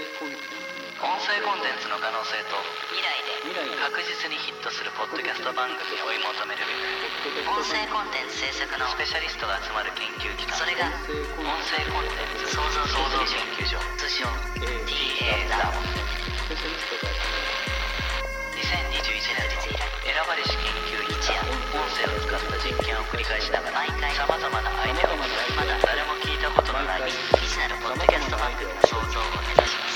音声コンテンツの可能性と未来で確実にヒットするポッドキャスト番組を追い求める音声コンテンツ制作のスペシャリストが集まる研究機関それが音声コンテンツ創造創造研究所通称 TA ラボ2021年の選ばれし研究一夜音声を使った実験を繰り返しながら毎回さまざまなアイデアを持ちまだ誰も聞いたことのない未知なるポッドキャスト番組の創造を目指します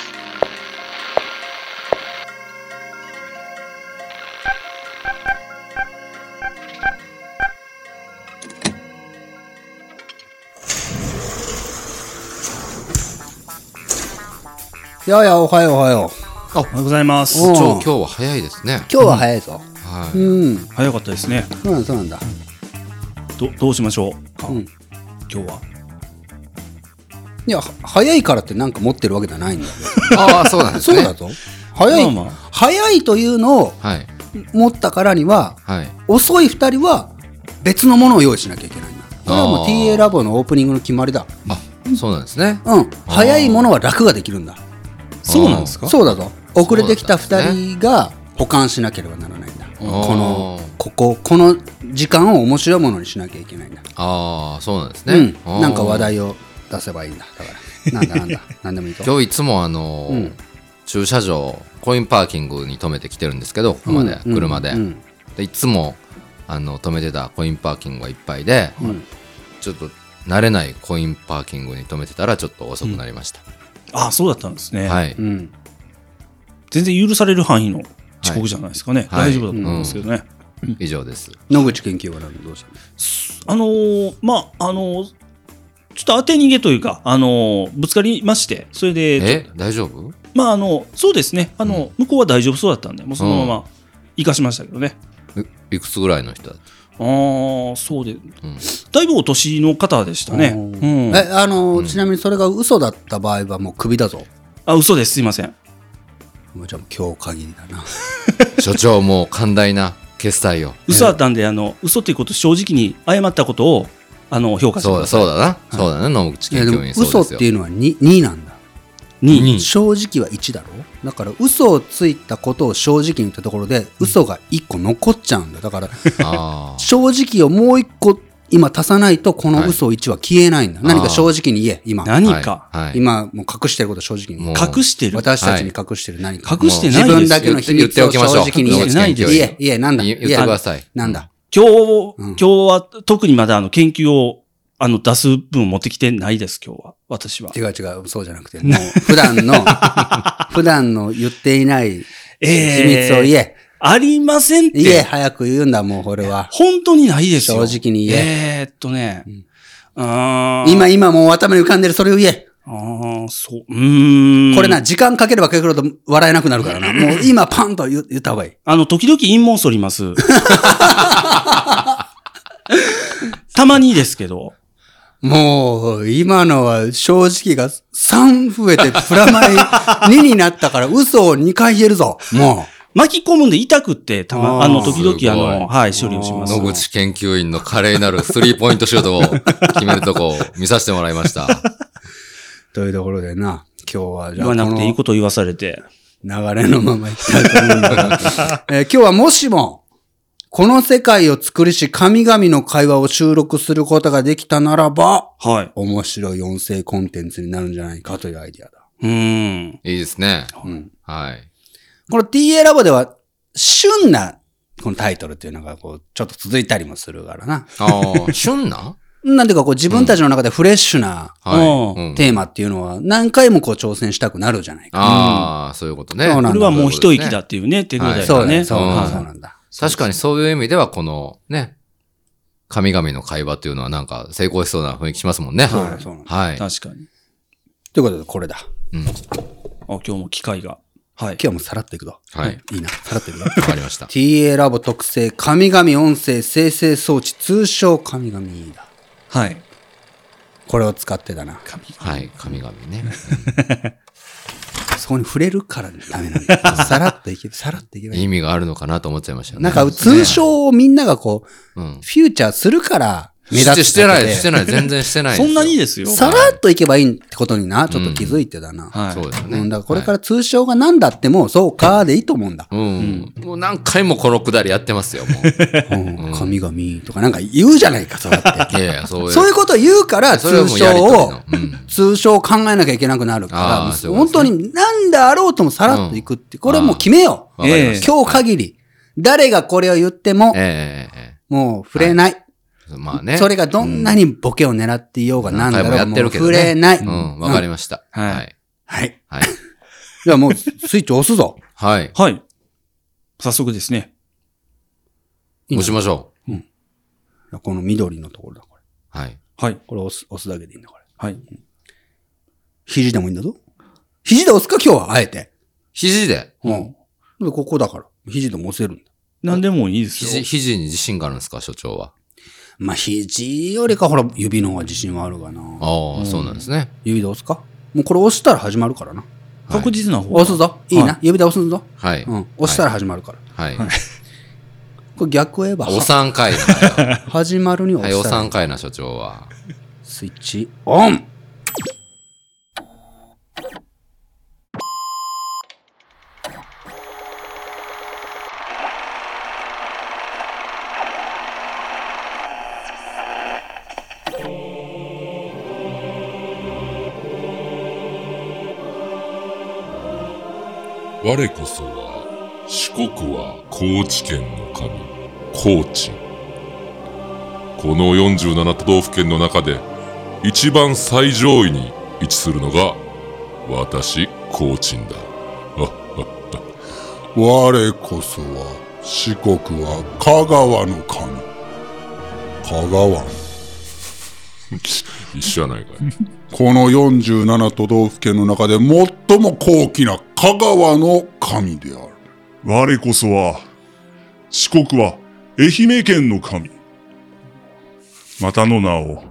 いやいや、おはようおはよあ、おはようございます。おうはん超今日は早いですねう。。今日は早いぞ。はい。うん。早かったですね。そうなんだそうなんだ。ど、どうしましょうか。うん今日は。いや、は早いからってなんか持ってるわけじゃないんだよ。ああ、そうな んそうだ。ぞ。早い、まあまあ早いというのをはい。持ったからには、はい。遅い二人は別のものを用意しなきゃいけないんだ。これはもうあー TA ラボのオープニングの決まりだ。あ、そうなんですね。うん。早いものは楽ができるんだ。そうなんですかそうだぞ。遅れてきたそうだったんです二人が保管しなければならないんだ。このあー、ここ、この時間を面白いものにしなきゃいけないんだ。ああ、そうなんですうんね。あーなんか話。題を出せばいいんだだからなんだなん だなんでもいいと今日いつもあのーうん駐車場、コインパーキングに止めてきてるんですけど、ここまで、うん車で,、うんで。いつも、あの、止めてたコインパーキングがいっぱいで、うんちょっと、慣れないコインパーキングに止めてたら、ちょっと遅くなりました。あそうだったんですね、はい。うん全然許される範囲の遅刻じゃないですかね、はい大丈夫だと思うんですけどね、以上です。野口研究はなんでどうしたのあのーまああのーちょっと当て逃げというか、あのーぶつかりまして、それで、ちょえ、大丈夫まあ、あのそうですねあの、向こうは大丈夫そうだったんで、もうそのまま生かしましたけどね、いいくつぐらいの人だ ったああ、そうで、うんだいぶお年の方でしたね、ううん、えあのちなみにそれが嘘だった場合はもうクビだぞあ嘘です、すいません、もうじゃあ今日限りだな所長もう寛大な決済を嘘だったんで、あの嘘ということ、正直に謝ったことをあの評価してそくうだださい。そうだな、そうだね野口いや研で究も員嘘そうっですよていうのは 2, 2なんだにうん正直は1だろだから嘘をついたことを正直に言ったところで嘘が1個残っちゃうんだだからあー正直をもう1個今足さないとこの嘘1は消えないんだ、い何か正直に言え今何か、はいはい今もう隠してること正直にもう隠してる私たちに隠してる何か、隠してないで自すよ分だけの秘密を正直に言言っておきましょうえ、言え、言え、なんだ、言言えってくださいなんだ、今日、うん今日は特にまだあの研究をあの出す分持ってきてないです、今日は。私は違。う違う、そうじゃなくて、もう普段の、 普段の言っていない秘密を言え。え、ありませんっ言え、て。早く言うんだ、もうこれは。本当にないですよ。正直に言え。えーっとね。あー今、今もう頭に浮かんでる、それを言え。あーそう。うーん。これな、。時間かければかけるほど笑えなくなるからな。もう今パンと言言った方がいい。あの、時々陰謀そります。 たまにですけど。もう、今のは正直が3増えてプラマイ2になったから嘘を2回言えるぞ。も巻き込むんで痛くって、たま、あーあの、時々あすごいの、はい、処理をします。野口研究員の華麗なるスリーポイントシュートを決めるとこを見させてもらいま した。う。というところでな、今日はじゃ言あこわなくていいのこと言わされて。流れのままいきたいと思うん だが、えー今日はもしも、この世界を作りし神々の会話を収録することができたならば、はい。面白い音声コンテンツになるんじゃないかというアイディアだ。うーん。いいですね。うん、はい。この TA ラボでは、旬なこのタイトルっていうのがこう、ちょっと続いたりもするからな。あ あ、旬ななんていうかこう自分たちの中でフレッシュなはい。うんテーマっていうのは何回もこう挑戦したくなるじゃないか。ああ、そういうことね。そうなんだこれはもう一息だっていうね、テクノだあそようね、ね。そううんなはんいそうなんだ。確かにそういう意味では、このね、神々の会話というのはなんか成功しそうな雰囲気しますもんね。そうそうなんだはい。確かに。ということでこれだ。あ、今日も機会が。はい。今日もさらっていくぞ。はい。いいな、さらっていくぞ。 わかりました。 TA ラボ特製神々音声生成装置通称神々だ。はい。これを使ってだな。はい。神々ね。そこに触れるからダメなんだ。 さらっていけ、さらっていけばいい。意味があるのかなと思っちゃいましたよね。なんか通称をみんながこう、うん。フューチャーするから、目立つだけでしてない、してない、全然してないですそよ。んなにですよ。さらっといけばいいってことにな、ちょっと気づいてだな。はい。そうですようね。ん、だからこれから通称が何だっても、そうかでいいと思うんだ。うん。もう何回もこのくだりやってますよ、も う。うん、神々とかなんか言うじゃないか、そうやって。いやいや、そういう。そういうこと言うから、それは通もう称やりとりをの、うん通称を考えなきゃいけなくなるかあら、ーそういうこ本と当に何であろうともさらっといくって、これもう決めよう。わかりまええした。今日限り、誰がこれを言ってもえ、ええもう触れない。えええまあね。それがどんなにボケを狙っていようがなんだろう何回もやが、ってもうるけど触れねない。うん、わかりました。はいはい。はい。はい。じゃあもう、スイッチ押すぞ。はい。はい。早速ですね。いい押のしましょこの緑のところだ、これ。う。はい。はい。これ押す、押すだけでいいんだ、これ。はい。肘でもいいんだぞ。肘で押すか、今日は、あえて。肘で。うん。でここだから。肘でも押せるんだ。何でもいいです肘、よ。肘に自信があるんですか、所長は。まあ、肘よりか、ほら、指の方が自信はあるがな。ああ、そうなんですね。指で押すかもうこれ押したら始まるからな。はい確実な方が。押すぞ。いいな。は指で押すぞ。はい。うん。押したら始まるから。はい。これ逆を言えば、お三回 な。はは始まるに押い、おしたら三回な、所長は。スイッチオン我こそは四国は高知県の神高知この47都道府県の中で一番最上位に位置するのが私高知んだ我こそは四国は香川の神香川一緒やないかいこの47都道府県の中で最も高貴な香川の神である我こそは、四国は愛媛県の神。またの名を、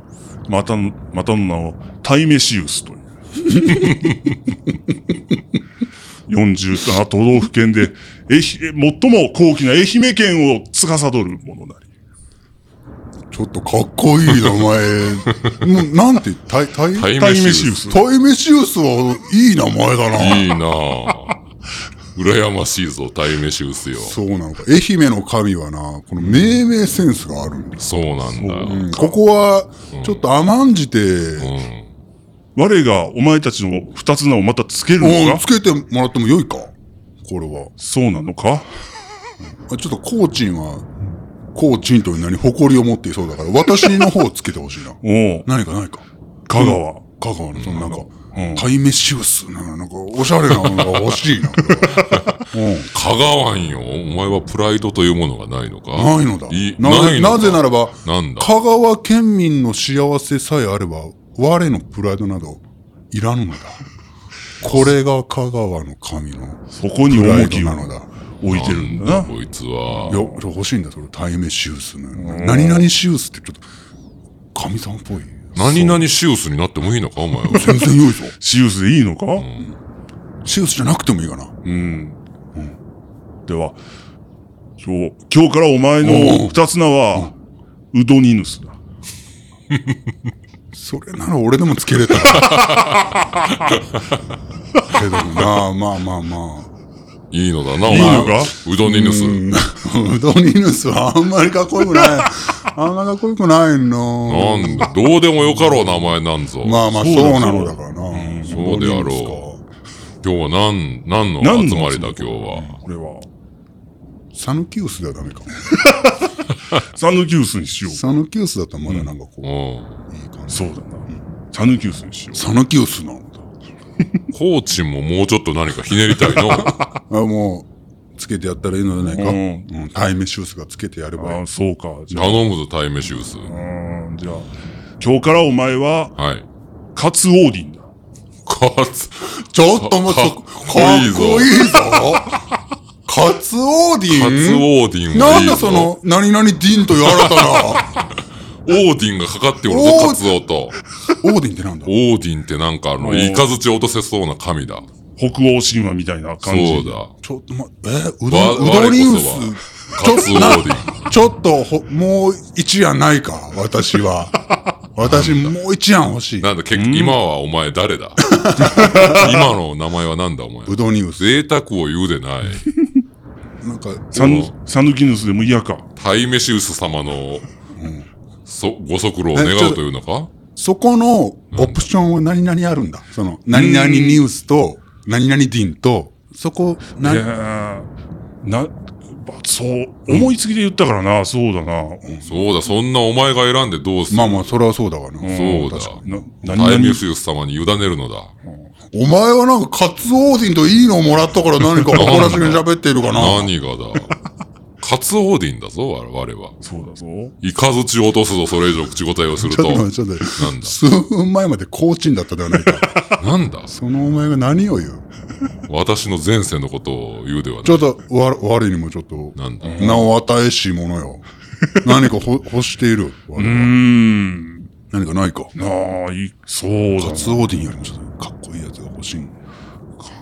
またの、またの名を、タイメシウスという。47都道府県で、愛媛、最も高貴な愛媛県を司る者なり。ちょっとかっこいい名前もうなんてタイタイタイタイメシメシウウススタイメシウスはいい名前だないいなあ羨ましいぞタイメシウスよそうなのか愛媛の神はなこの命名センスがあるんです、そうなんだようんここはちょっと甘んじて、我がお前たちの二つ名をまたつけるのもうかつけてもらってもよいかこれはそうなのか。あちょっとコーチンは、コーチンという名に誇りを持っていそうだから、私の方をつけてほしいな おう、何か何か。香川。香川のそのなんか、うんタイメシウスな、なんか、おしゃれなのが欲しいな。これは香川んよお前はプライドというものがないのかないのだ。いなないぜのかなぜならば、なんだ香川県民の幸せさえあれば、我のプライドなど、いらぬのだ。これが香川の神のそこにプラ重イドきをなのだ。置いてるんだな。こいつはいや、ちょ欲しいんだ、それ、タイメシウスの。何々シウスってちょっと、神さんっぽい。何々シウスになってもいいのかお前は 全然良いぞ。シウスでいいのか、シウスじゃなくてもいいかな。うん。では、そう、今日からお前の二つ名は、うどにぬすだ。それなら俺でもつけ れた。けどなあ、まあまあまあ。いいのだな、おいい前のかうどんにぬす。うどんにヌスはあんまりかっこよくない。あんまりかっこよくなないの。んだ、どうでもよかろう名前なんぞ。まあまあ、そうなのだからな。そうであろ今日は何、何の何集のまりだ、今日は。これは。う。サヌキウスではダメか。サヌキウスにしよう。サヌキウスだったらまだなんかこう、ういん。い感じ。そうだな。サヌキウスにしよう。サヌキウスなのだ。コーチももうちょっと何かひねりた いの。あもう、つけてやったらいいのではないか。ううんタイメシウスがつけてやればあいいあ、。そうか。じゃあ、頼むぞ、タイメシウス。うんじゃあ、今日からお前は、はい。カツオーディンだ。かつ、ちょっともうそかかっっここいいいいぞぞ。カツオーディンカツオーディンがないんいぞだその、何々ディンという新たな。オーディンがかかっておるぞオ、ーカツオと。オーディンってなんだオーディンってなんかあの、いかずち落とせそうな神だ。北欧神話みたいなそ感じ。うだ。ちょっとま、えうどわん、うどんリウ我こス。カツオなーディ。ちょっとほ、もう一案ないか、私は。私、もう一案欲しい。なんだ、結今はお前誰 だ今の名前はなんだお前。うどんニュース。贅沢を言うでない。なんか、サヌ、サヌキヌスでも嫌か。タイメシウス様の、そ、ご足労を願うというのかそこのオプションは何々あるんだ。その、何々ニュースと、何々ディンと、そこ、いやな、ーな、ばそう、思いつきで言ったからな、そうだな。そうだ、そんなお前が選んでどうする、まあまあ、それはそうだわな。そうだ確か。な、タイ何メ々、シウス様に委ねるのだ。にお前はなんか、カツオーディンといいのをもらったから何か誇らしげに喋っているかな。何がだ カツオーディンだぞ、我々は。そうだぞ。イカズチを落とすぞ、それ以上口答えをするちょとっと。待って、ちょっと待なんってだ数分前までコーチンだったではないか。 なんだそのお前が何を言う私の前世のことを言うではちない。ょっと、わ、我にもちょっと、なんだ名を与えし 者よ。何かほ欲している。我うーん。何かないか。なあ、いい、そうだカな。ツオーディンよりもちょっとかっこいいやつが欲しい。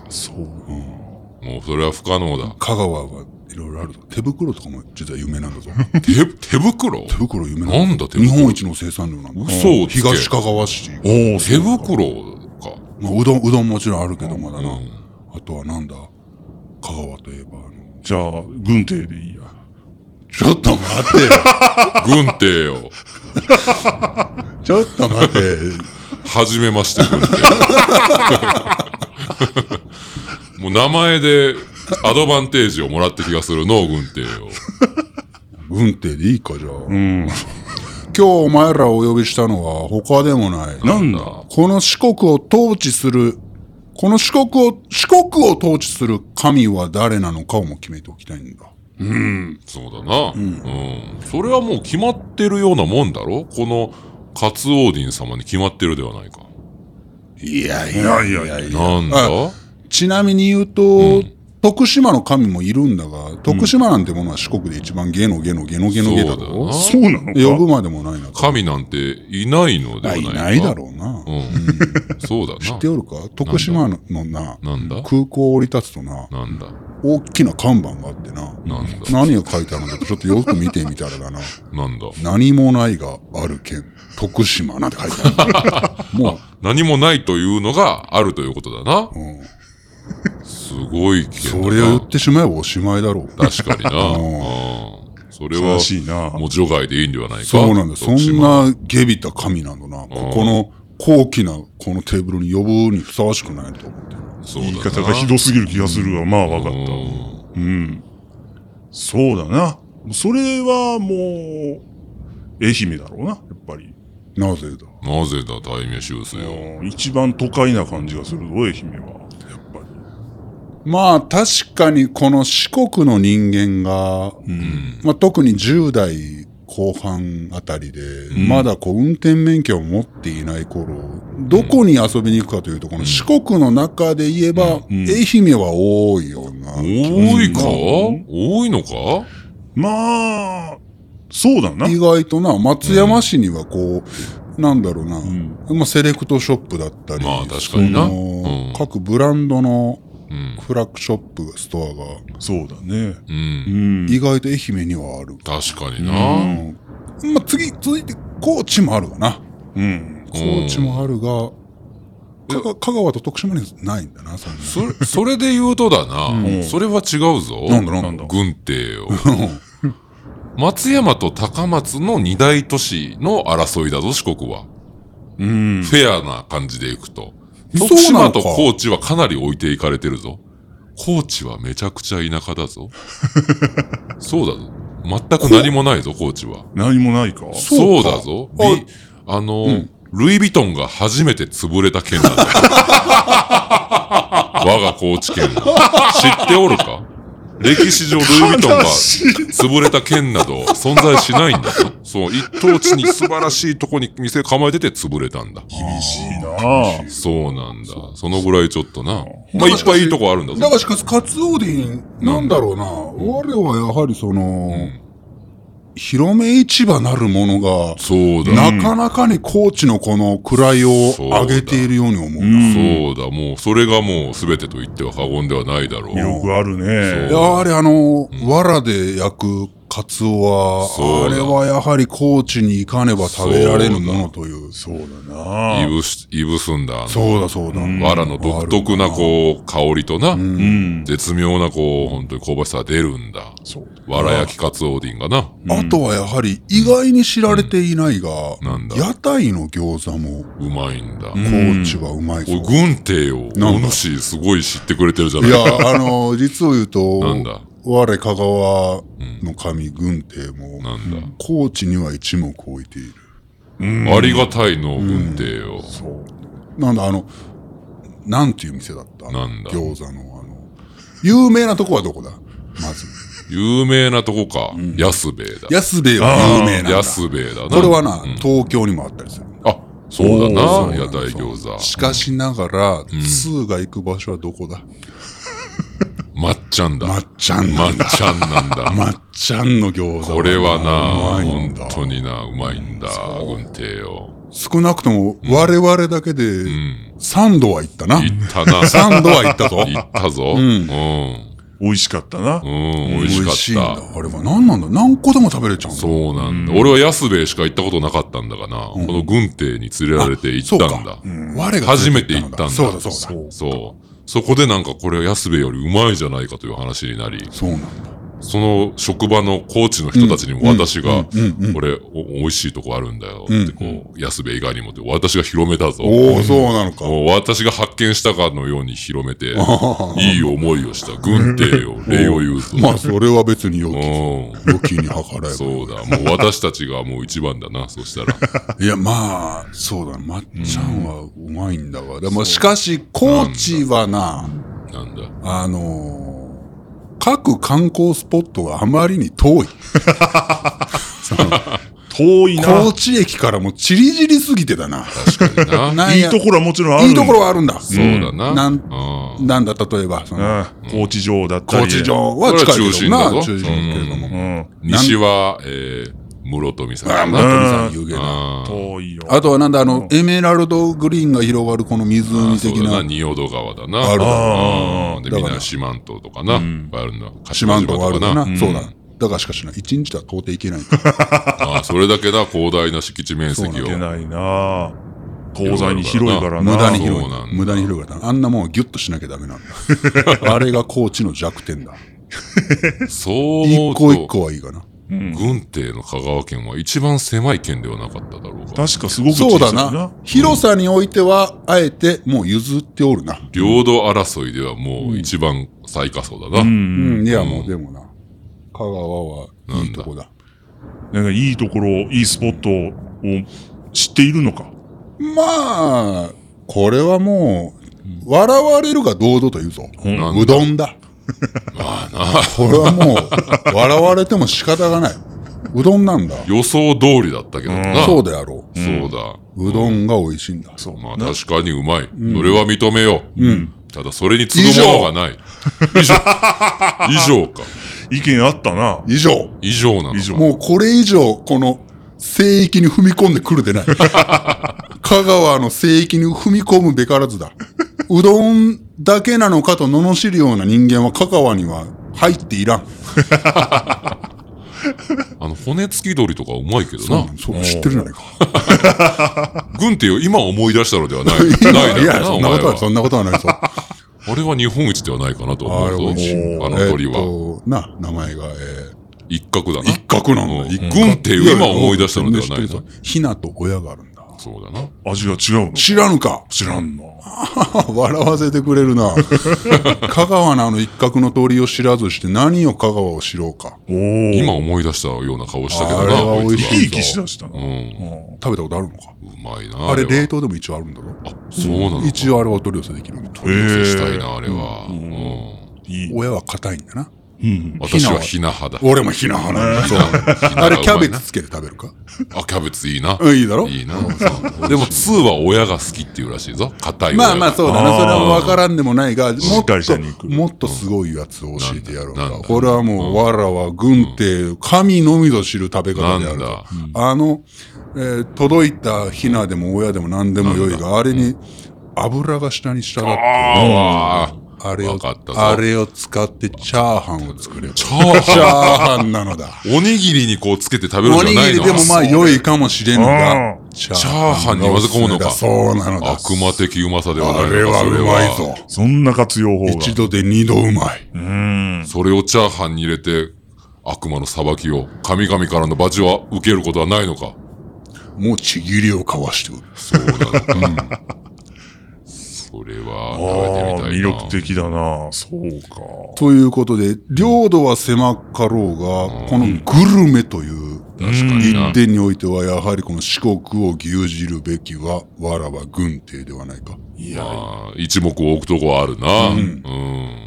そう。もうそれは不可能だ。香川はいろいろあるぞ。手袋とかも実は有名なんだぞ。手、 手袋手袋有名なんだ手袋日本一の生産量なんだ。嘘をつけ東香川市。お手お、そう袋か。まあ、うどん、うどんもちろんあるけどまだな。うんあとはなんだ香川といえば、あの、じゃあ、軍艇でいいや。ちょっと待ってよ。軍艇よ。ちょっと待って。はじめまして、軍艇。 もう名前でアドバンテージをもらった気がするの、軍艇よ。運転でいいか、じゃあ。うん。今日お前らをお呼びしたのは他でもない。なんだこの四国を統治する、この四国を、四国を統治する神は誰なのかをも決めておきたいんだ。そうだな。うん。それはもう決まってるようなもんだろこのカツオーディン様に決まってるではないか。いやいいやいやいやいや。なんだあちなみに言うと、徳島の神もいるんだが、徳島なんてものは四国で一番ゲノゲノゲノゲノゲだそうだよろなそうなのか呼ぶまでもないな。神なんていないのではなあいいか。ないだろうな。うん。そうだな。知っておるか徳島のな、なんだ空港を降り立つとな、なんだ大きな看板があってな、なんだ何が書いてあるんだってちょっとよく見てみたらだな。 なんだ何もないがある県、徳島なんて書いてあ る。も何もないというのがあるということだなう、。うん、すごいけそどな。れを言ってしまえばおしまいだろう。確かに な。ううんそれは悲、しいな。もう除外でいいんではないか。そうなんだ。そ徳ん島。な下びた神なんだな。ここの高貴なこのテーブルに呼ぶにふさわしくないと思ってる。そうだ言ない方がひどすぎる気がするが、まあわかっうんた。うん。そうだな。それはもう、愛媛だろうな、やっぱり。なぜだなぜだ、大名修正よ。うん一番都会な感じがするぞ、愛媛は。やっぱり。まあ確かにこの四国の人間が、まあ、特に10代後半あたりで、まだこう運転免許を持っていない頃、どこに遊びに行くかというと、この四国の中で言えば、ん愛媛は多いような。多いかうん多いのかまあ、そうだな。意外とな、松山市にはこう、なんだろうな、んまあセレクトショップだったり、まあ確かになそうのん各ブランドのうん。フラッグショップ、ストアが、そうだね。う。うんん。意外と愛媛にはある。確かにな。まあ次、続いて、高知もあるわな。うん。高知もあるが、香川香川と徳島にはないんだな、そんなそれ、それで言うとだな。それは違うぞ。なんだなんだ軍艇よ。 松山と高松の二大都市の争いだぞ、四国は。うん。フェアな感じでいくと。そうなのか徳島と高知はかなり置いていかれてるぞ。高知はめちゃくちゃ田舎だぞ。そうだぞ。全く何もないぞ、高知は。何もないか。そうだぞ。ビあの、ルイ・ヴィトンが初めて潰れた県なんだよ。我が高知県は。知っておるか歴史上ルイ・ヴィトンが悲しい潰れた県など存在しないんだぞ。そう、一等地に素晴らしいとこに店構えてて潰れたんだ。厳しいな。そうなんだ。そのぐらいちょっとな。まあ、いっぱいいいとこあるんだだぞが。しかし、カツオーディン、なんだろうな、我はやはりその、広め市場なるものが、そうだ。なかなかに高知のこの位を上げているように思う。ういんそうだ、もう、それがもう全てと言っては過言ではないだろう。よくあるね。やはりあの、藁で焼くカツオそは、うあだれはやはり高知に行かねば食べられるものという。そうだな。あいあぶし、いぶすんだ。あのそうだそうだ。藁の独特な、こう、香りとな、うん。絶妙な、こう、本当に香ばしさが出るんだ。藁焼きカツオーディンがな。あとはやはり意外に知られていないが、んなんだ屋台の餃子もうまいんだ。高知はうまいぞ。おい、軍艇よ。なんおだ主、すごい知ってくれてるじゃないいか。や、あの、実を言うとなんだ、我香川の神軍帝も、なんだ。高知には一目置いている。ありがたいの、軍艇よ。そう。なんだ、あの、なんていう店だったなんだ餃子の、あの、有名なとこはどこだまず。有名なとこか。安兵衛だ。安兵衛は有名なんだ。安兵衛だな。これはな、うん東京にもあったりする。あ、そうだな、そう屋台餃子。しかしながら、ツーが行く場所はどこだまっちゃんだ。まっちゃんまなんっだ。ちゃんなんだ。 まっちゃんの餃子は。これはな、うまいんだ本当にな、うまいんだ、軍艇よ。少なくとも、我々だけで、うん。 3度は行ったな。行ったな。 3度は行ったぞ。行ったぞ。うんん。美味しかったなう。ん、美味しか美っんだ。あれは何なんだ何個でも食べれちゃうんだ。そうなんだ。俺は安兵衛しか行ったことなかったんだがな、この軍艇に連れられて行ったんだ。我が初めて行ったんだ。そうだそうだ。そう。そこでなんかこれは安兵衛よりうまいじゃないかという話になり、そうなんだ。その職場のコーチの人たちにも私がうんうんうんう、ん俺、お美味しいとこあるんだよって、こう、安兵衛以外にもって、私が広めたぞ。おお、そうなのか。もう私が発見したかのように広めて、いい思いをした軍艇を礼を言うと。 まあ、それは別に良き。う良きに計らん。えば。そうだ。もう私たちがもう一番だな、そしたら。いや、まあ、そうだ、まっちゃんはうまいんだが。でも、しかし、高知はな、なんだ。あのー、各観光スポットがあまりに遠い。遠いな。高知駅からも散り散りすぎてだな。確かにな。なんいいやところはもちろんあるんいだ。いところはあるんだ。そうだな。なんうんなんだ、例えば、その、うん。高知城だったり。高知。城は近いけどこれな、は中中心だぞ心だけれどうも。ん。西は、えー、室富さあ、んまだあ、な。富さん有言だ。あー遠いよ。あとはなんだ、あの、エメラルドグリーンが広がるこの湖そう的だな、な、仁淀川だな。あるだろううんで、だみかんらな四万十とかな。いっぱいあるんだ。四万十があるかうな。んそうだ。だがしかしな、一日では到底行けない。ああ、それだけな、広大な敷地面積行を。けないな。東西に広いからな。無駄に広そうなんだい。無駄に広がった。あんなもんはギュッとしなきゃダメなん だ。あれが高知の弱点だ。そう思一う個一と、個はいいかな。軍艇の香川県は一番狭い県ではなかっただろうが。確かすごく小そうさだいな。。広さにおいては、あえてもう譲っておるな。領土争いではもう一番最下層だな。うん。うん、いやもうでもな。香川はいいとこだ。なんかいいところ、いいスポットを知っているのか。まあ、これはもう、笑われるが堂々と言うぞ。なんだうどんだ。これはもう、笑われても仕方がない。うどんなんだ。予想通りだったけどな。そうであろう。そうだ。うどんが美味しいんだ。まあ確かにうまい。それは認めよう。ただそれに次以ぐ上ものがない。以上。以上か。意見あったな。以上。以上なのか。もうこれ以上、この、聖域に踏み込んでく るでない。香川の聖域に踏み込むべからずだ。うどんだけなのかと罵るような人間は香川には入っていらん。あの、骨付き鳥とかうまいけどそうなな。のそう知ってるじゃないか。軍手よ、今思い出したのではない。ないいだろうや、な、そおんな前ことは、そは。んなことはないぞ。あれは日本一ではないかなとあれ思う美味しいぞ。あの鳥えは。ーっとな、名前が、えー一角だな。一角なんうだ。一角軍手よ、今思い出したのではない知ってなる。ひなと親があるんだ。そうだな。味が違うの。知らぬか 知らんな。笑わせてくれ るな。香川のあの一角の通りを知らずして何を香川を知ろうか。おー今思い出したような顔したけあれはどな、こ美い味つ生は。しいき生きしだしたな。うん食べたことあるのか。うまいな。あれ冷は凍でも一応あるんだろそうなのか。一応あれはお取り寄せできるんだ。お寄せしたいな、あれは。うんいい。親は硬いんだな。うん。私はひな派だ。俺もひな 派なんだ。そう。あれキャベツつけて食べるかあ、キャベツいいな。うんいいだろいいな。でも、2は親が好きっていうらしいぞ。硬い親が。まあまあそうだな。あーそれは分からんでもないが、もしっっかりしたと、肉もっとすごいやつを教えてやなろうんだかなん。だこれはもう、わらは軍手、神のみぞ知る食べな方んであると。だ。あの、えー届いたひなでも親でも何でもよいが、あれに油が下に従って、ああ、あれをわかった、ぞあれを使ってチャーハンを作れば。チャーハンンなのだ。おにぎりにこうつけて食べるんおじにゃないぎりのでもまあ良いかもしれんがう、チチャーハンに混ぜ込むのかそうなのだ。悪魔的うまさではないあれはうまいぞ。。そんな活用法が。一度で二度うまい。うん。それをチャーハンに入れて、悪魔の裁きを、神々からの罰を受けることはないのか。もうちぎりを交わしておる。そうだろうか。それはああ、食べて魅みたいな。力的だな。そうか。ということで、領土は狭かろうが、このグルメという一点においては、やはりこの四国を牛耳るべきは、わらば軍帝ではないか。いや、まあ一目置くとこはあるな。うん。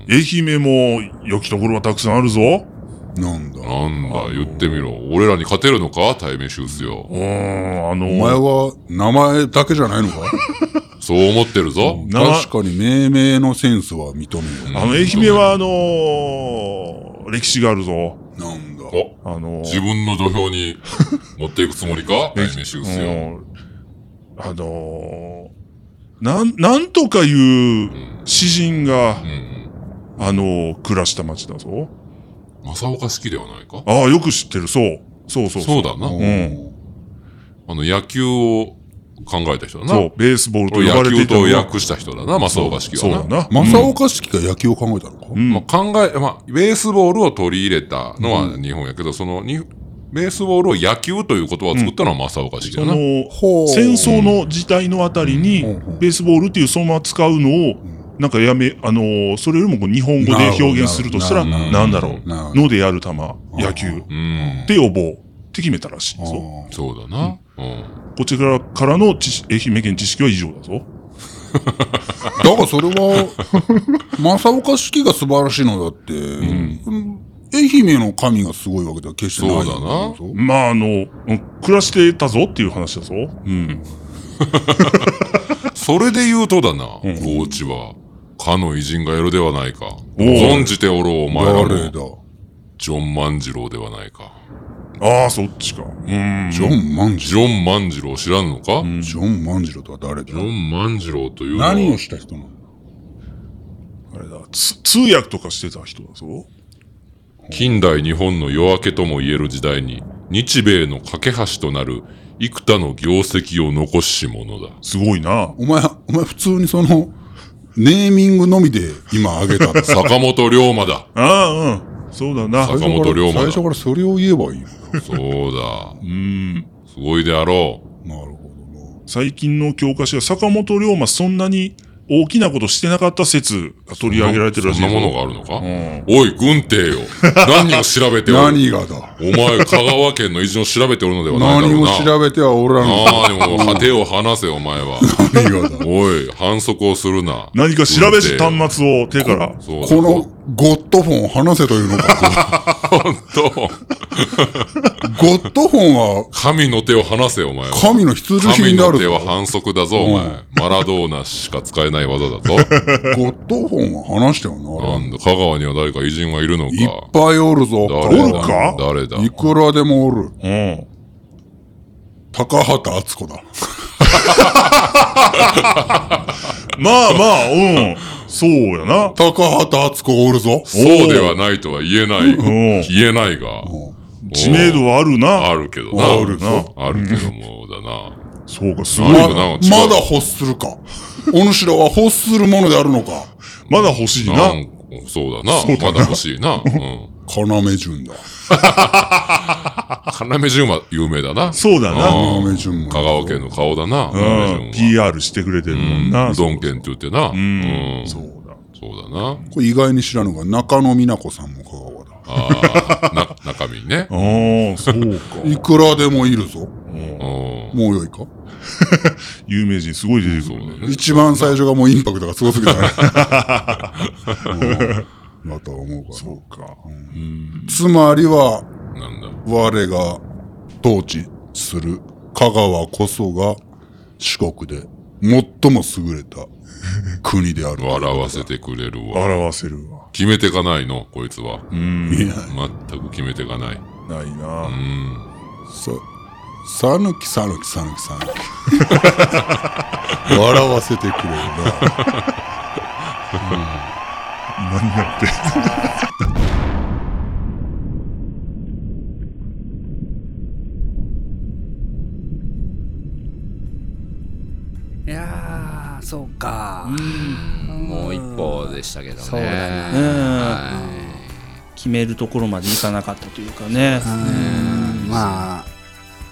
愛媛も良きところはたくさんあるぞ。なんだ。なんだ、言ってみろ。俺らに勝てるのか対面シュースよう。ん、あの、お前は名前だけじゃないのかそう思ってるぞ。な確かに命名のセンスは認めよあの、愛媛はあのー歴史があるぞ。う。なんだ。お、あのー自分の土俵に持っていくつもりか対面シュースよ。うんあのーなん、なんとかいう詩人がう、ん。あのー暮らした町だぞ。正岡式ではないかああ、よく知ってる、そう。そうそうそうだな。んあの、野球を考えた人だな。そう、ベースボールとこれ呼ば野れて球いたのとが訳した人だな、正岡式そうはだな。な。正岡式が野球を考えたのかうんまあ、考え、まあ、ベースボールを取り入れたのは日本やけど、そのに、ベースボールを野球という言葉を作ったのは正岡式そだのな。、ほう戦争の時代のあたりにうんうん、ベースボールっていうそのまま使うのを、なんかやめ、あのーそれよりもこう日本語で表現するとしたら、なるほどなんだろう。なるほどのでやる球、野球。うん。で呼ぼうって決めたらしいぞ。こあそうだな。うん。っちからからの知識愛媛県知識は以上だぞ。ーだからそ れは、正岡式が素晴らしいのだって、うん愛媛の神がすごいわけでは決してなそいうだなそうまあ、あの、うん暮らしてたぞっていう話だぞ。うん。それで言うとだな、うん高知は。かの偉人がいるではないか。おう存じておろう、お前ら誰も。だジョン万次郎ではないか。ああ、そっちか。うん。ジョン万次ジョン万次郎知らんのか、郎。ジョン万次郎とは誰だジョン万次郎というのは、何をした人なのあれだ。つ通訳とかしてた人だぞ。近代日本の夜明けとも言える時代に、日米の架け橋となる幾多の業績を残し者 だ。すごいな。。お前、お前普通にその、ネーミングのみで今あげたの 坂本龍馬だああ、うん。そうだな。坂本龍馬だ最初からそれを言えばいいよ。そうだ。うん。すごいであろう。なるほ最近の教科書は坂本龍馬そんなに大きなことしてなかった説が取り上げられてるらしいそぞ。んなものがあるのか、んおい、軍艇よ。何を調べてどおな。る何がだお前、香川県の偉人を調べておるのではないだろう何な。を調べてはおらんのああ、でも、果てを話せ、お前 は。何がだこお い、反則をするな。何か調べし端末を手から。そうだのゴッドフォンを話せという のか。と、ゴッドフォンは神の手を離せ、お前は。神の必需神品であのる手はぞ。反則だぞ、お前。マラドーナしか使えない技だ ぞ。ゴッドフォンは話してはなら。なんんだ、香川には誰か偉人はいるのいっか。ぱいおるぞ。誰おるだか誰だいくらでもおる。うん。高畑敦子だ。まあまあ、うん。そうやな。高畑敦子おるぞ。そうではないとは言えない。ん言えないが。知名度はあるな。ある。るけどな。あるな。あるけども、だな。そうか、すごい何まかな。なんか違うまだ欲するか。お主らは欲するものであるのか。まだ欲しいなな。んそうだな。まだ欲しい な。うん。要潤だ。要潤は有名だな。そうだな。あ要潤も。香川県の顔だな。うん。要潤は PR してくれてるもんうな。んうどん県って言ってな。ううん。んそそうだ。うだな。これ意外に知らぬが、中野美奈子さんも香川だ。あ あ、な、中身ね。ああ、そうか。いくらでもいるぞ。うん。もうよいか。有名人すごい出てくるね。 一番最初がもうインパクトがすごすぎたね。だと思うから。そうか。つまりは、なんだ。我が統治する香川こそが四国で最も優れた国である。笑わせてくれるわ。表せるわ。決めてかないの、こいつは。うん。いや、全く決めてかない。ないな、うん。さ、さぬきさぬきさぬきさぬき。笑わせてくれるな。今になって。いやー、そうか。もう一歩でしたけどね。そうだねねえはい決めるところまでいかなかったというかね。まあ、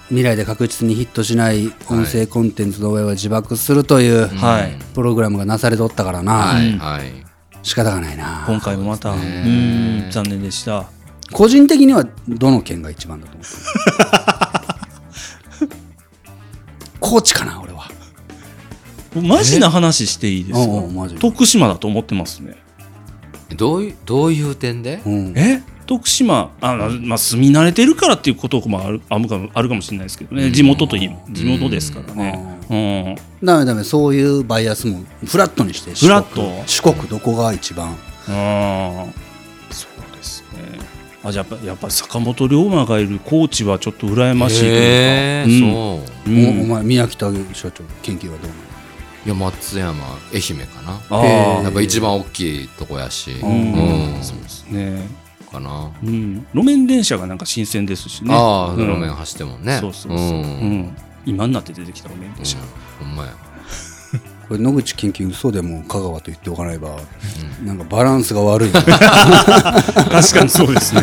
未来で確実にヒットしない音声コンテンツの上は自爆するという、はい。プログラムがなされとったからな。はい、はい。仕方がないな。今回もまた、うん、残念でした。個人的にはどの県が一番だと思う高知かな俺はマジな話していいですおうおうマジか徳島だと思ってますね。どういう、どういう点でうんえ徳島あ、まあ、住み慣れてるからっていうこともあるあるかもあるかもしれないですけどね地元といい地元ですからね、ダメダメそういうバイアスもフラットにしてフラット四国四国どこが一番うんうん、そうですねあじゃあやっぱやっぱ坂本龍馬がいる高知はちょっと羨ましいというへえうんそう。か、うおおん、前宮北社長研究はどういや、松山、愛媛かな。あへあやっぱ一番大きいとこやし。ううんん。そうですね、かな。うん、路面電車がなんか新鮮ですしねああ、うん路面走ってもね。そうそうそう、うんん。今になって出てきた路面電車、ほんまや。これ野口研究嘘でも香川と言っておかないば、なんかバランスが悪いな確かにそうですね